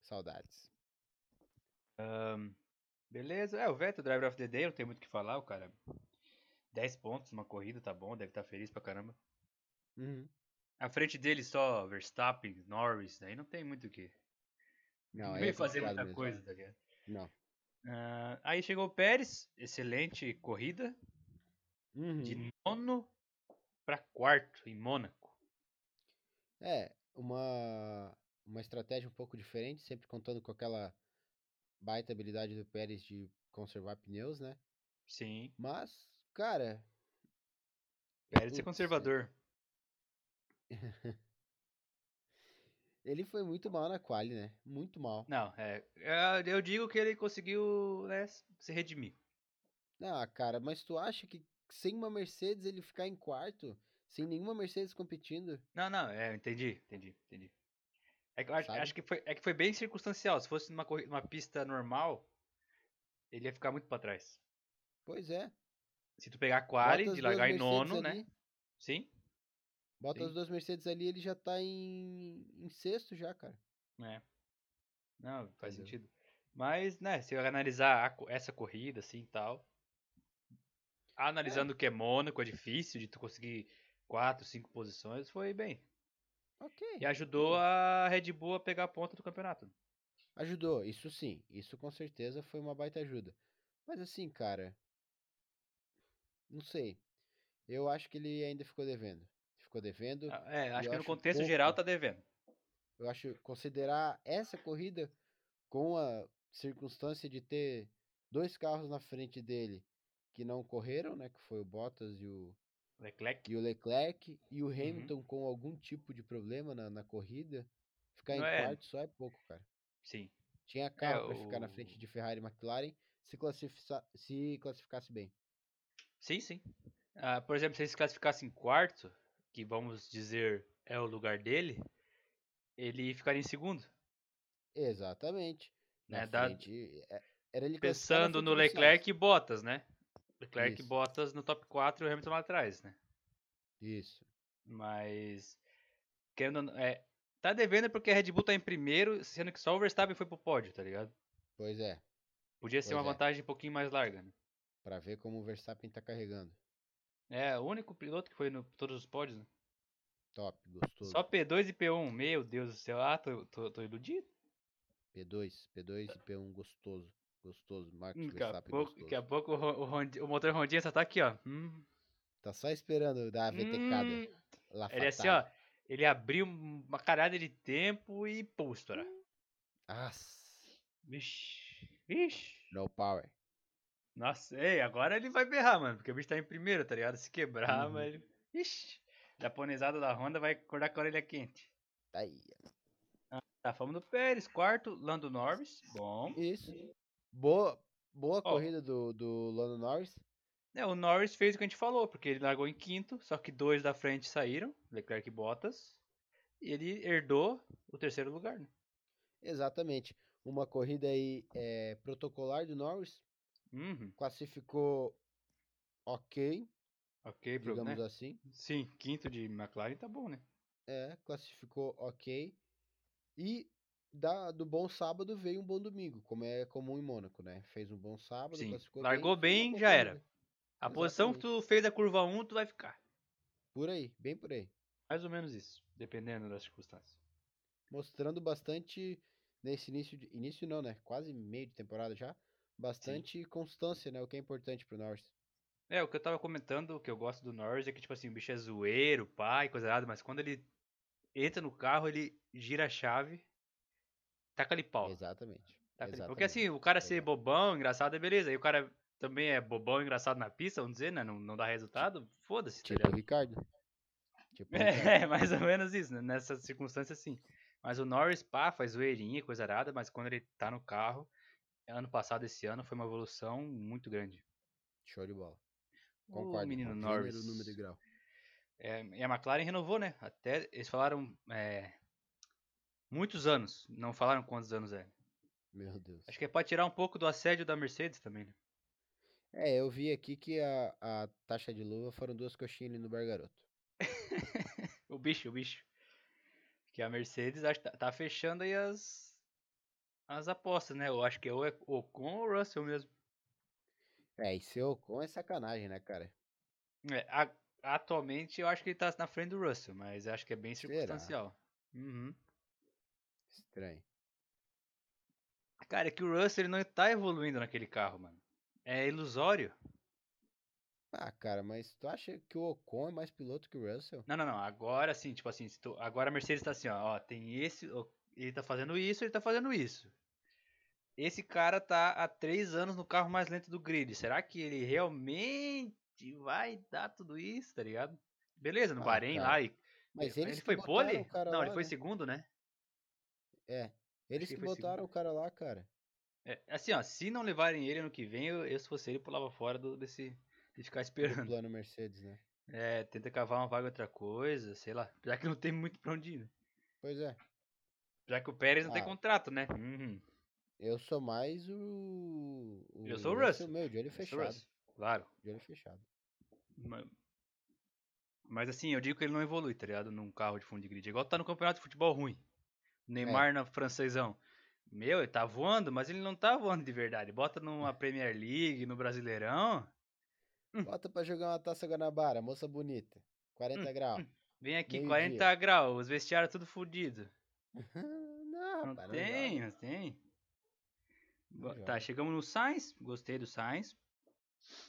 B: Saudades.
A: Beleza. É, o Vettel, Driver of the Day, não tem muito o que falar, o cara. 10 pontos numa corrida, tá bom, deve estar feliz pra caramba.
B: Uhum.
A: À frente dele só Verstappen, Norris, daí não tem muito o que. Não,
B: aí
A: veio
B: é
A: fazer muita
B: complicado mesmo.
A: coisa, tá ligado?
B: Não.
A: Ah, aí chegou o Pérez, excelente corrida,
B: Uhum.
A: de nono pra quarto em Mônaco.
B: É, uma, uma estratégia um pouco diferente, sempre contando com aquela baita habilidade do Pérez de conservar pneus, né?
A: Sim,
B: Mas, cara,
A: Pérez
B: Putz,
A: é
B: né?
A: conservador.
B: ele foi muito mal na quali, né? Muito mal.
A: Não, é, é, eu digo que ele conseguiu né, se redimir.
B: Ah, cara, mas tu acha que sem uma Mercedes ele ficar em quarto, sem nenhuma Mercedes competindo?
A: Não, não, é, eu entendi, entendi, entendi. É que eu acho,
B: Sabe?
A: acho que foi, é que foi bem circunstancial. Se fosse numa, corri- numa pista normal, ele ia ficar muito pra trás.
B: Pois é.
A: Se tu pegar a Quali,
B: bota as
A: de
B: duas
A: largar em
B: Mercedes
A: nono, né?
B: ali,
A: Sim.
B: Bota
A: Sim.
B: as duas Mercedes ali, ele já tá em, em sexto já, cara.
A: É. Não, faz
B: Entendeu?
A: sentido. Mas, né, se eu analisar a co- essa corrida, assim e tal. Analisando que é Mônaco, é difícil de tu conseguir quatro, cinco posições, foi bem.
B: Ok.
A: E ajudou a Red Bull a pegar a ponta do campeonato.
B: Ajudou, isso sim. Isso com certeza foi uma baita ajuda. Mas assim, cara. Não sei. Eu acho que ele ainda ficou devendo. Ficou devendo.
A: Ah, É, acho
B: eu
A: que no
B: acho um
A: contexto
B: pouco.
A: geral tá devendo.
B: Eu acho considerar essa corrida com a circunstância de ter dois carros na frente dele que não correram, né? Que foi o Bottas e o,
A: Leclerc.
B: e o Leclerc, e
A: Uhum.
B: o Hamilton com algum tipo de problema na, na corrida. Ficar
A: Não
B: em
A: é-
B: quarto só é pouco, cara.
A: Sim.
B: Tinha carro pra ficar na
A: o-
B: frente de Ferrari e McLaren se, classifica... se classificasse bem.
A: Sim, sim. Ah, por exemplo, se ele se classificasse em quarto, que vamos dizer é o lugar dele, ele ficaria em segundo.
B: Exatamente. Na
A: Né, dá-
B: frente, é- Era ele classificar na
A: Pensando
B: frente
A: no
B: do Sainz.
A: Leclerc e Bottas, né? Leclerc e
B: Isso.
A: Bottas no top 4 e o Hamilton lá atrás, né?
B: Isso.
A: Mas. Querendo, ou não- é, tá devendo porque a Red Bull tá em primeiro, sendo que só o Verstappen foi pro pódio, tá ligado?
B: Pois é.
A: Podia ser
B: Pois
A: uma
B: é.
A: vantagem um pouquinho mais larga, né?
B: Pra ver como o Verstappen tá carregando.
A: É, o único piloto que foi no todos os pódios, né?
B: Top, gostoso.
A: Só P2 e P1, meu Deus do céu, ah, tô, tô, tô iludido.
B: P2, P2 e P1 gostoso. Gostoso. Max
A: É. Hum, Daqui a
B: Verstappen
A: pouco,
B: gostoso.
A: daqui a pouco o, Ron- o Rondi- o motor Rondinha só tá aqui, ó. Hum,
B: Tá só esperando dar a VTCada.
A: hum.
B: lá
A: Ele assim, ó,
B: fatale.
A: ele abriu uma carada de tempo e pô, estourar.
B: As,
A: Vixe, vixe.
B: no power.
A: Nossa, ei, agora ele vai berrar, mano, porque o bicho tá em primeiro, tá ligado? Se quebrar,
B: Uhum.
A: velho. Ixi, japonesada da Honda vai acordar com a orelha quente.
B: Tá aí.
A: Tá, fomos do Pérez, quarto, Lando Norris, bom.
B: Isso. Boa, boa
A: Ó.
B: corrida do, do Lando Norris.
A: É, o Norris fez o que a gente falou, porque ele largou em quinto, só que dois da frente saíram, Leclerc e Bottas, e ele herdou o terceiro lugar, né?
B: Exatamente. Uma corrida aí é, protocolar do Norris,
A: Uhum,
B: classificou ok,
A: ok, pro,
B: digamos
A: né?
B: assim.
A: Sim, quinto de McLaren tá bom, né?
B: É, classificou ok. E da, do bom sábado veio um bom domingo, como é comum em Mônaco, né? Fez um bom sábado,
A: Sim,
B: classificou
A: largou
B: fez uma
A: bem,
B: boa
A: já era.
B: corrida.
A: A posição que tu fez da curva 1, tu vai ficar.
B: Por aí, bem por aí.
A: Mais ou menos isso, dependendo das circunstâncias.
B: Mostrando bastante nesse início de. Início não, né? Quase meio de temporada já. Bastante constância, né? O que é importante pro Norris.
A: É, o que eu tava comentando, o que eu gosto do Norris é que, tipo assim, o bicho é zoeiro, pai, coisa errada, mas quando ele entra no carro, ele gira a chave, taca ali pau.
B: Exatamente.
A: taca-lhe pau.
B: exatamente,
A: Porque assim, o cara ser
B: exato.
A: bobão, engraçado, é beleza. Aí o cara também é bobão, engraçado na pista, vamos dizer, né? Não, não dá resultado, foda-se, tá
B: Tipo o
A: ligado?
B: Ricardo. Tipo o Ricardo.
A: É, mais ou menos isso, né? Nessa circunstância, sim. Mas o Norris, pá, faz zoeirinha, coisa arada, mas quando ele tá no carro, ano passado, esse ano, foi uma evolução muito grande.
B: Show de bola.
A: O
B: Concordo.
A: menino
B: com gênero,
A: Norris.
B: número e grau.
A: É, e a McLaren renovou, né? Até eles falaram é, muitos anos, não falaram quantos anos é.
B: Meu Deus.
A: Acho que é pra tirar um pouco do assédio da Mercedes também, né?
B: É, eu vi aqui que a, a taxa de luva foram duas coxinhas ali no bar garoto.
A: O bicho, o bicho. Que a Mercedes acho, que tá, tá fechando aí as, as apostas, né? Eu acho que ou é Ocon ou Russell mesmo.
B: É, e seu com é sacanagem, né, cara?
A: É, a- atualmente eu acho que ele tá na frente do Russell, mas acho que é bem
B: Será?
A: circunstancial. Uhum.
B: Estranho.
A: Cara, é que o Russell ele não tá evoluindo naquele carro, mano. É ilusório.
B: Ah, cara, mas tu acha que o Ocon é mais piloto que o Russell?
A: Não, não, não. Agora sim, tipo assim, se tu- agora a Mercedes tá assim, ó, ó, tem esse, ó, ele tá fazendo isso, ele tá fazendo isso. Esse cara tá há três anos no carro mais lento do grid. Será que ele realmente vai dar tudo isso, tá ligado? Beleza, no
B: Ah,
A: Bahrein
B: cara,
A: lá. e-
B: Mas
A: ele
B: eles que
A: foi
B: botaram
A: pole?
B: o cara
A: Não,
B: lá,
A: ele foi
B: né?
A: segundo, né?
B: É, eles
A: que
B: que
A: foi segundo.
B: botaram o cara lá, cara.
A: É, assim, ó, se não levarem ele ano que vem, eu, eu, se fosse ele, pulava fora do, desse. de ficar
B: Do
A: esperando.
B: plano Mercedes, né?
A: É, tenta cavar uma vaga em outra coisa, sei lá. Já que não tem muito pra onde ir, né?
B: Pois é,
A: Já que o Pérez não tem
B: Ah.
A: contrato, né? Uhum.
B: eu sou mais o. o
A: Eu sou o Russell.
B: Meu, de olho
A: Mas
B: fechado.
A: Russell, Claro.
B: De olho fechado.
A: Ma- Mas assim, eu digo que ele não evolui, tá ligado? Num carro de fundo de grid. É Igual tá no campeonato de futebol ruim. Neymar
B: É.
A: na francesão. Meu, ele tá voando, mas ele não tá voando de verdade. Bota numa Premier League, no Brasileirão.
B: Bota pra jogar uma taça Guanabara, moça bonita.
A: Hum.
B: 40 graus.
A: Vem aqui,
B: Meio
A: 40
B: dia.
A: graus, os vestiários tudo fudido.
B: não,
A: Não
B: rapaz, não
A: tem,
B: joga.
A: não tem.
B: Não
A: Bo- Tá,
B: joga.
A: chegamos no Sainz. Gostei do Sainz.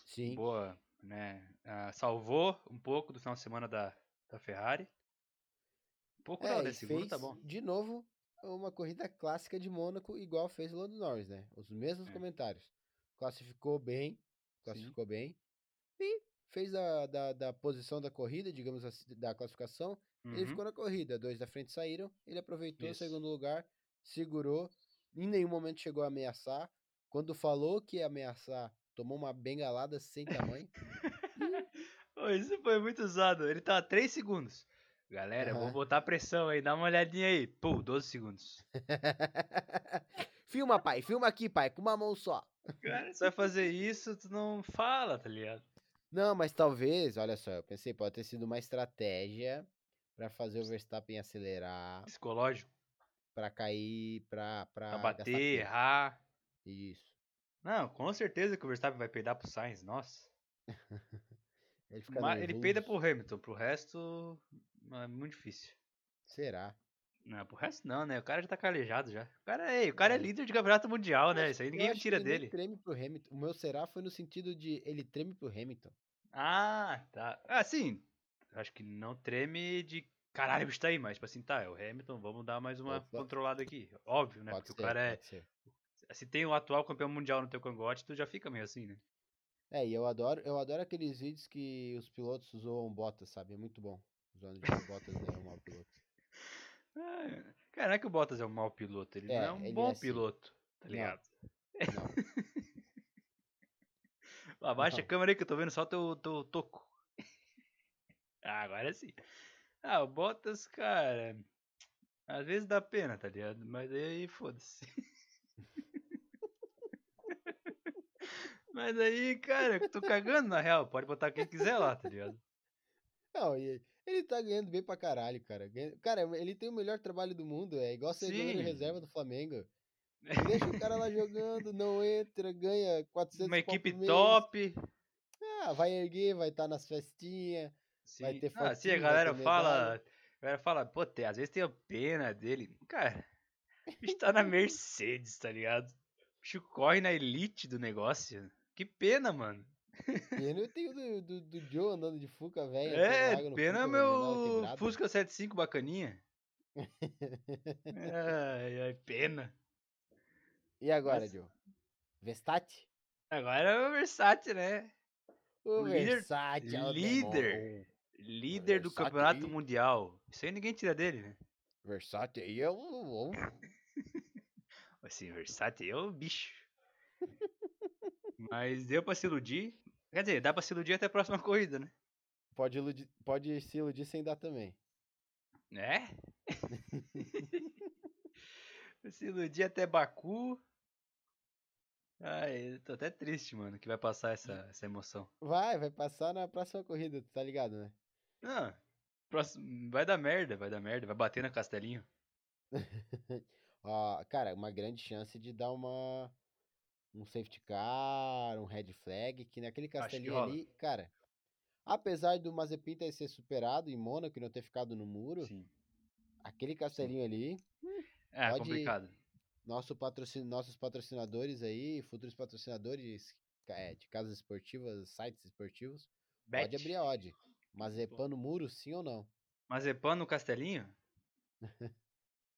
B: Sim,
A: Boa, né? Ah, salvou um pouco do final de semana da, da Ferrari. Um pouco
B: É,
A: não,
B: e
A: né? Seguro
B: fez,
A: tá bom.
B: de novo, uma corrida clássica de Mônaco, igual fez o Lando Norris, né? Os mesmos
A: É.
B: comentários. Classificou bem, classificou bem. E fez da, da, da posição da corrida, digamos assim, da classificação. Ele
A: Uhum.
B: ficou na corrida, dois da frente saíram, ele aproveitou
A: Isso.
B: o segundo lugar, segurou, em nenhum momento chegou a ameaçar. Quando falou que ia ameaçar, tomou uma bengalada sem tamanho.
A: Ô, Isso foi muito usado. Ele tá a 3 segundos. Galera, eu vou
B: Aham.
A: botar pressão aí. Dá uma olhadinha aí. Pô, 12 segundos.
B: filma, pai, filma aqui, pai, com uma mão só.
A: Cara, você vai fazer isso, tu não fala, tá ligado?
B: Não, mas talvez, olha só, eu pensei, pode ter sido uma estratégia pra fazer o Verstappen acelerar,
A: Psicológico.
B: pra cair, pra
A: Pra
B: pra Ah, gastar
A: bater,
B: tempo.
A: errar.
B: Isso.
A: Não, com certeza que o Verstappen vai peidar pro Sainz, nossa.
B: Ele fica
A: Mas ele peida pro
B: nervoso.
A: Hamilton, pro resto é muito difícil.
B: Será?
A: Não, pro resto não, né? O cara já tá calejado já. O cara, ei, o cara é líder de campeonato mundial, né?
B: Mas
A: Isso aí
B: eu
A: ninguém
B: acho que
A: tira
B: ele nem
A: dele.
B: treme pro Hamilton. O meu será foi no sentido de ele treme pro Hamilton.
A: Ah, tá. Assim, acho que não treme de caralho, o bicho tá aí, mas tipo assim, tá, é o Hamilton, vamos dar mais uma
B: Opa.
A: controlada aqui. Óbvio, né?
B: pode
A: Porque
B: ser,
A: o cara é.
B: pode ser.
A: Se tem o atual campeão mundial no teu cangote, tu já fica meio assim, né?
B: É, e eu adoro, eu adoro aqueles vídeos que os pilotos zoam botas, sabe? É muito bom. Zoando de que botas não é um mau piloto.
A: Ah, Cara, não é que o Bottas é um mau piloto, ele não
B: É,
A: é um
B: ele
A: bom
B: é assim.
A: piloto, tá
B: Não.
A: ligado?
B: Não.
A: Abaixa
B: Não.
A: a câmera aí que eu tô vendo só teu, teu toco. Ah, agora sim. Ah, o Bottas, cara. Às vezes dá pena, tá ligado? Mas aí foda-se. Mas aí, cara, eu tô cagando na real. Pode botar quem quiser lá, tá ligado?
B: Não, e ele tá ganhando bem pra caralho, cara. Ganha- Cara, ele tem o melhor trabalho do mundo, é igual ser goleiro
A: Sim.
B: reserva do Flamengo. Deixa o cara lá jogando, não entra, ganha 400
A: Uma
B: pau por
A: equipe
B: mês.
A: top.
B: Ah, vai erguer, vai estar nas festinhas.
A: Sim.
B: Vai ter
A: ah, sim, a
B: fotinho, vai ter
A: galera fala.
B: medalha.
A: A galera fala, pô, tem- às vezes tem a pena dele. Cara, o bicho tá na Mercedes, tá ligado? O bicho corre na elite do negócio. Que pena, mano.
B: E eu tenho do, do, do Joe andando de Fuca, velho.
A: É, pena é meu Fusca 75 bacaninha. ai, ai, pena.
B: E agora,
A: Mas-
B: Joe? Verstappen?
A: Agora é o Versace, né?
B: O
A: Líder-
B: Verstappen, é o
A: líder. Líder do
B: Versace
A: campeonato
B: aí.
A: mundial. Isso aí ninguém tira dele, né?
B: demônio. Verstappen aí é um... um-
A: Assim, Versace é o bicho. Mas deu pra se iludir. Quer dizer, dá pra se iludir até a próxima corrida, né?
B: Pode, iludir, pode se iludir sem dar também.
A: Né? se iludir até Baku. Ai, eu tô até triste, mano, que vai passar essa, essa emoção.
B: Vai, vai passar na próxima corrida, tu tá ligado, né?
A: Não, Ah, próximo, vai dar merda, vai dar merda, vai bater na Castelinho.
B: Ó, Ah, cara, uma grande chance de dar uma um safety car, um red flag, que naquele
A: que
B: castelinho
A: rola.
B: ali, cara, apesar do Mazepin ter ser superado em Mônaco e não ter ficado no muro,
A: Sim.
B: aquele castelinho ali,
A: É,
B: Pode-
A: complicado.
B: nosso patrocin... nossos patrocinadores aí, futuros patrocinadores ca- é, de casas esportivas, sites esportivos, pode
A: Bet.
B: abrir a odd. Mazepin no muro, sim ou não?
A: Mazepan no Castelinho?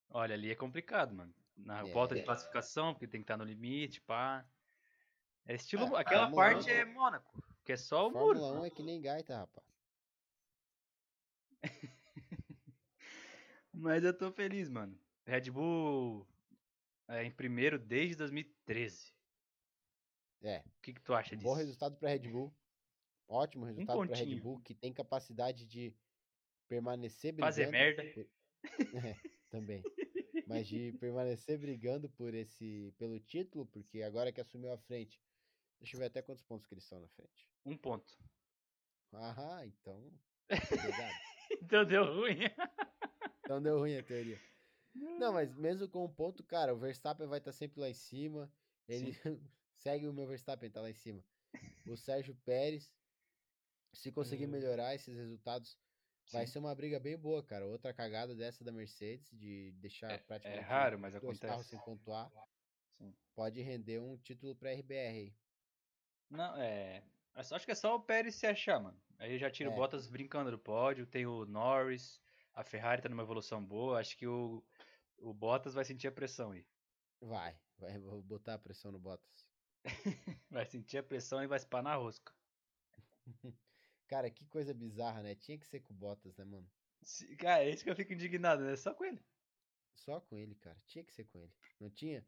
A: Olha, ali é complicado, mano. Na
B: É.
A: volta de classificação, porque tem que estar no limite, pá. É estilo.
B: Ah,
A: aquela
B: Fórmula
A: parte
B: um-
A: é Mônaco, que é só o
B: Fórmula
A: muro.
B: 1 é que nem gaita, rapaz.
A: Mas eu tô feliz, mano. Red Bull é em primeiro desde 2013.
B: É.
A: O que, que tu acha disso?
B: Bom resultado para Red Bull. Ótimo resultado para Red
A: Um pontinho.
B: Bull, que tem capacidade de permanecer brigando. É,
A: Fazer merda.
B: Também. Mas de permanecer brigando por esse, pelo título, porque agora que assumiu a frente. Deixa eu ver até quantos pontos que eles estão na frente.
A: Um ponto.
B: Ah, então. pegado.
A: Então deu ruim.
B: Então deu ruim a teoria. Não, mas mesmo com um ponto, cara, o Verstappen vai estar sempre lá em cima. Ele segue o meu Verstappen, tá lá em cima. O Sérgio Pérez, se conseguir
A: Hum.
B: melhorar esses resultados, vai
A: Sim.
B: ser uma briga bem boa, cara. Outra cagada dessa da Mercedes, de deixar
A: É
B: praticamente
A: raro, mas
B: dois carros
A: acontece.
B: sem pontuar,
A: Sim.
B: pode render um título pra RBR aí.
A: Não, é. eu só- Acho que é só o Pérez se achar, mano. Aí já tira o
B: É.
A: Bottas brincando do pódio, tem o Norris, a Ferrari tá numa evolução boa, acho que o, o Bottas vai sentir a pressão aí.
B: Vai, vai vou botar a pressão no Bottas.
A: Vai sentir a pressão e vai se pá na rosca.
B: Cara, que coisa bizarra, né? Tinha que ser com o Bottas, né, mano?
A: Se- Cara, é isso que eu fico indignado, né? Só com ele.
B: Só com ele, cara. Tinha que ser com ele. Não tinha,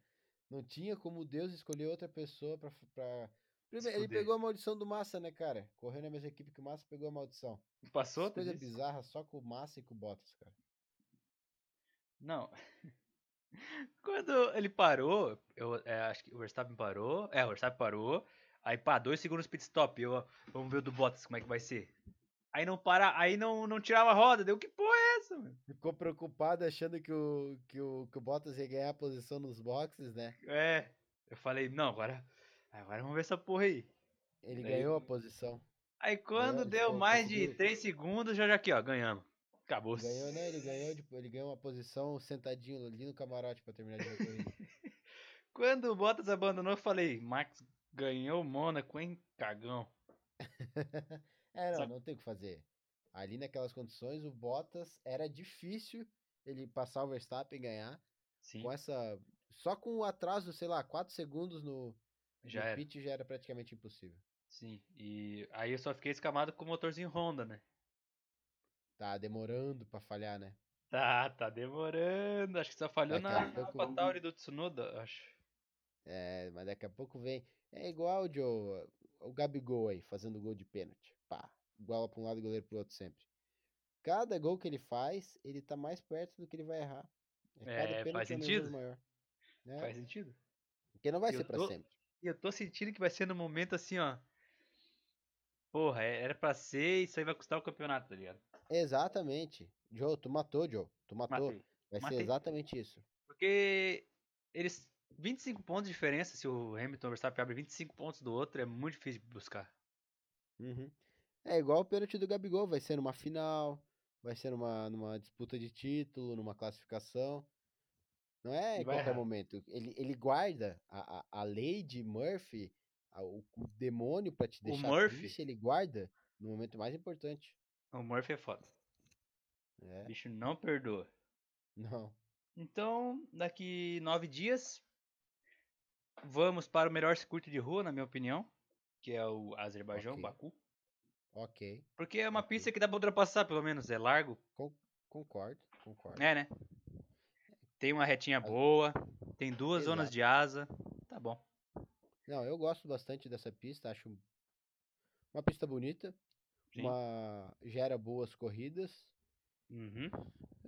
B: não tinha como Deus escolher outra pessoa pra. f- pra... Primeiro, ele
A: fuder.
B: pegou a maldição do Massa, né, cara? Correu na mesma equipe que o Massa, pegou a maldição.
A: Passou,
B: Essas
A: tu
B: coisa
A: disse?
B: bizarra só com o Massa e com o Bottas, cara.
A: Não. Quando ele parou, eu é, acho que o Verstappen parou. É, o Verstappen parou. Aí pá, dois segundos pit stop. Eu, vamos ver o do Bottas como é que vai ser. Aí não para, aí não, não tirava a roda. Deu que porra é essa, mano?
B: Ficou preocupado achando que o, que o, que o Bottas ia ganhar a posição nos boxes, né?
A: É. Eu falei, não, agora. Agora vamos ver essa porra aí.
B: Ele
A: Aí-
B: ganhou a posição.
A: Aí quando
B: ele
A: deu
B: co-
A: mais de
B: conseguiu.
A: 3 segundos, já já aqui, ó, ganhamos. Acabou.
B: Ganhou, né? Ele ganhou, de- ele ganhou uma posição sentadinho ali no camarote pra terminar de ver a corrida.
A: Quando o Bottas abandonou, eu falei, Max ganhou o Mônaco, hein? Cagão.
B: É, não,
A: Sabe-
B: não tem o que fazer. Ali naquelas condições, o Bottas era difícil ele passar o Verstappen e ganhar.
A: Sim,
B: Com essa. Só com o atraso, sei lá, 4 segundos no,
A: já
B: no
A: era.
B: pit já era praticamente impossível.
A: Sim. E aí eu só fiquei escamado com o motorzinho Honda, né?
B: Tá demorando pra falhar, né?
A: Tá, tá demorando. Acho que só falhou
B: Daqui
A: na
B: a pouco-
A: Alpha Tauri do Tsunoda, acho.
B: É, mas daqui a pouco vem. É igual, Joe. o Gabigol aí, fazendo gol de pênalti. Pá, bola pra um lado e goleiro pro outro sempre. Cada gol que ele faz, ele tá mais perto do que ele vai errar. cada
A: É, faz
B: pênalti um
A: sentido.
B: número maior. Né?
A: Faz sentido?
B: Porque não vai
A: Eu
B: ser pra
A: tô-
B: sempre.
A: E eu tô sentindo que vai ser no momento assim, ó. Porra, é- era pra ser, isso aí vai custar o campeonato, tá ligado?
B: Exatamente. Joe, tu matou, Joe. Tu matou.
A: Matei.
B: Vai
A: Matei.
B: ser exatamente isso.
A: Ah, Porque eles. 25 pontos de diferença, se o Hamilton Verstappen abre 25 pontos do outro, é muito difícil de buscar.
B: Uhum. É igual o pênalti do Gabigol, vai ser numa final, vai ser numa, numa disputa de título, numa classificação. Não é
A: E
B: em
A: vai
B: qualquer
A: errar.
B: momento. Ele, ele guarda a, a, a lei de Murphy, a- o, o demônio pra te
A: O
B: deixar
A: Murphy?
B: triste, ele guarda no momento mais importante.
A: O Murphy é foda. O
B: É,
A: bicho não perdoa.
B: não.
A: Então, daqui nove dias, vamos para o melhor circuito de rua, na minha opinião, que é o Azerbaijão,
B: Ok.
A: Baku.
B: Ok,
A: Porque é uma
B: Ok.
A: pista que dá pra ultrapassar, pelo menos. É largo,
B: concordo, concordo.
A: é, né? Tem uma retinha boa, tem duas zonas
B: Exato.
A: de asa. Tá bom.
B: Não, eu gosto bastante dessa pista, acho uma pista bonita,
A: Sim.
B: uma gera boas corridas.
A: Uhum.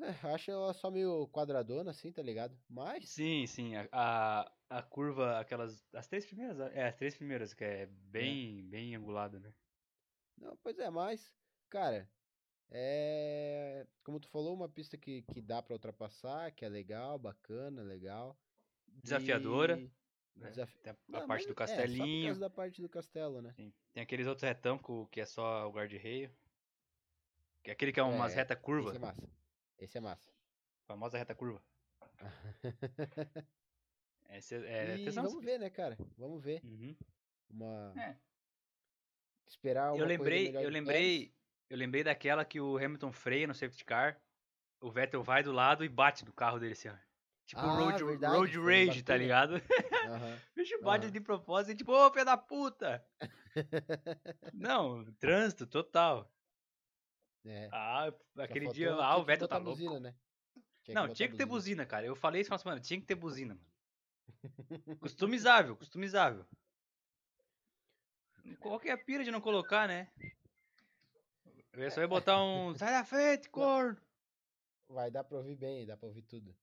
B: É, acho ela só meio quadradona assim, tá ligado? Mas
A: Sim, sim. A, a, a curva, aquelas. As três primeiras? É, as três primeiras, que é bem, bem angulada, né?
B: Não, pois é, mas, cara, é. Como tu falou, uma pista que, que dá pra ultrapassar, que é legal, bacana, legal.
A: Desafiadora,
B: e
A: né?
B: desafi-
A: Tem a, a
B: Não,
A: parte do
B: mas é, só por causa
A: castelinho.
B: da parte do castelo, né?
A: sim. Tem aqueles outros retângulos que é só o guarda-reio. Que é aquele que é umas
B: É,
A: reta curva.
B: Esse é massa. Esse é massa.
A: Famosa reta curva. Esse é, é
B: e
A: tesão,
B: vamos ver, né, cara? Vamos ver.
A: Uhum.
B: Uma.
A: É.
B: Esperar uma
A: Eu
B: corrida
A: lembrei,
B: melhor
A: eu
B: do
A: lembrei, eu lembrei daquela que o Hamilton freia no safety car, o Vettel vai do lado e bate no carro dele assim, ó. Tipo
B: Ah,
A: road,
B: verdade,
A: road
B: foi uma
A: rage, tá
B: batida.
A: ligado?
B: Pérez. Aham.
A: O bicho bate
B: Aham.
A: de propósito e tipo, ô, filho da puta! Não, trânsito total.
B: É.
A: Ah,
B: Só
A: aquele
B: faltou-
A: dia
B: tinha
A: lá, o
B: que
A: Vettel
B: botar
A: tá louco.
B: buzina, né?
A: Não, tinha que ter
B: botar
A: buzina, cara. Eu falei isso, mas, mano, tinha que ter buzina, mano. Customizável, customizável. Qual que é a pira de não colocar, né? Eu
B: É.
A: ia só ia botar um. Sai da frente, corno!
B: Vai dar pra ouvir bem, dá pra ouvir tudo.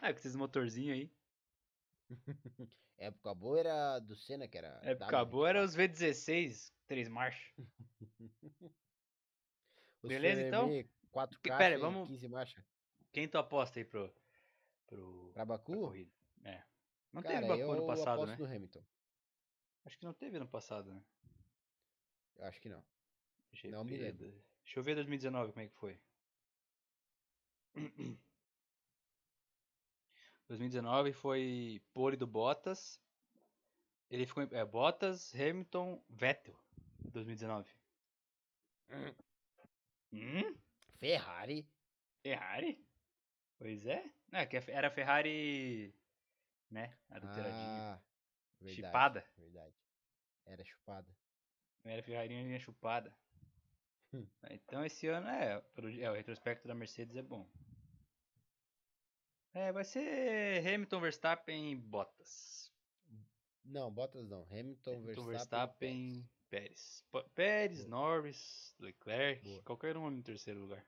A: Ah, com esses motorzinhos aí.
B: Época boa era do Senna, que era.
A: É, acabou,
B: W24.
A: era os V16, 3 marchas.
B: Os
A: Beleza, então?
B: Fermi, Quatro
A: Que-
B: caixas
A: pera,
B: e
A: vamos- Tá
B: 15 marchas.
A: Quem tu aposta aí pro. pro
B: Pra
A: pra
B: Baku?
A: corrida? É. Não
B: cara,
A: teve Baku
B: eu
A: ano passado,
B: aposto
A: né?
B: no Hamilton.
A: Acho que não teve ano passado, né?
B: Eu acho que não.
A: Deixa eu
B: Não me
A: ver.
B: lembro.
A: Deixa eu ver 2019 como é que foi. 2019 foi pole do Bottas. Ele ficou em, é Bottas, Hamilton, Vettel. 2019. Hum?
B: Ferrari?
A: Ferrari? Pois é. É, que era a Ferrari, né, adulteradinha.
B: Ah, verdade.
A: Chipada.
B: Verdade. Era chupada.
A: Não era a Ferrarinha chupada.
B: Hum.
A: Então esse ano é, pro- é, o retrospecto da Mercedes é bom. É, vai ser Hamilton, Verstappen e Bottas.
B: Não, Bottas não. Hamilton,
A: Hamilton,
B: Então, Verstappen.
A: Verstappen, Pérez. Pô- Pérez,
B: Boa.
A: Norris, Leclerc,
B: Boa.
A: qualquer um em terceiro lugar.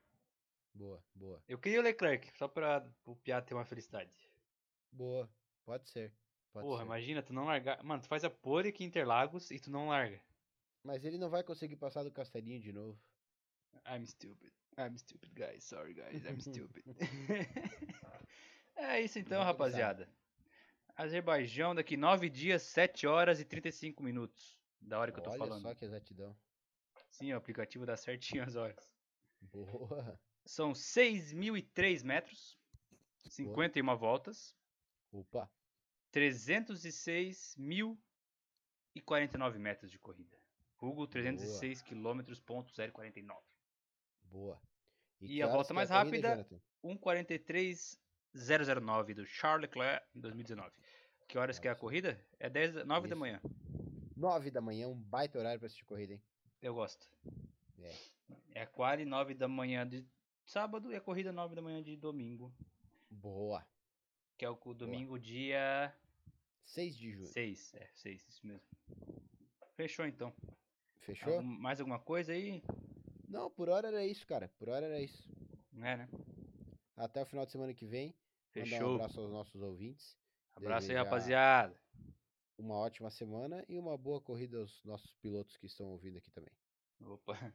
B: Boa, boa.
A: Eu queria o Leclerc, só pra o Piá ter uma felicidade.
B: Boa. Pode ser. Pode
A: Porra,
B: ser. Mas...
A: imagina, tu não largar. Mano, tu faz a pole aqui em Interlagos e tu não larga.
B: ele não vai conseguir passar do castelinho de novo.
A: I'm stupid. I'm stupid, guys. Sorry, guys. I'm stupid. é isso então,
B: Vamos começar.
A: rapaziada. Azerbaijão, daqui 9 dias, 7 horas e 35 minutos. Da hora É que eu tô
B: Olha
A: falando.
B: só que exatidão.
A: Sim, o aplicativo dá certinho as horas.
B: Boa.
A: São 6.003 metros, 51 voltas,
B: Opa.
A: 306.049 metros de corrida. Google 306 quilômetros, ponto 049.
B: Boa.
A: E a
B: que horas
A: volta
B: que é
A: mais
B: corrida,
A: rápida?
B: Jonathan?
A: 1.43.009 do Charles Leclerc em 2019. Que horas que é a
B: Nossa.
A: corrida? É 10, 9 da
B: Isso.
A: manhã.
B: Nove da manhã, um baita horário pra assistir corrida, hein?
A: Eu gosto.
B: É.
A: É a quali 9 da manhã de sábado e a corrida 9 da manhã de domingo.
B: Boa.
A: Que é o, o domingo dia
B: 6 de junho.
A: Seis, é, seis, isso mesmo. Fechou então.
B: Fechou?
A: Algum- mais alguma coisa aí?
B: Não, por hora era isso, cara. Por hora era isso.
A: Né, né?
B: Até o final de semana que vem. Mandar um
A: Fechou.
B: abraço aos nossos ouvintes.
A: Abraço aí,
B: desejar-
A: rapaziada.
B: Uma ótima semana e uma boa corrida aos nossos pilotos que estão ouvindo aqui também.
A: Opa.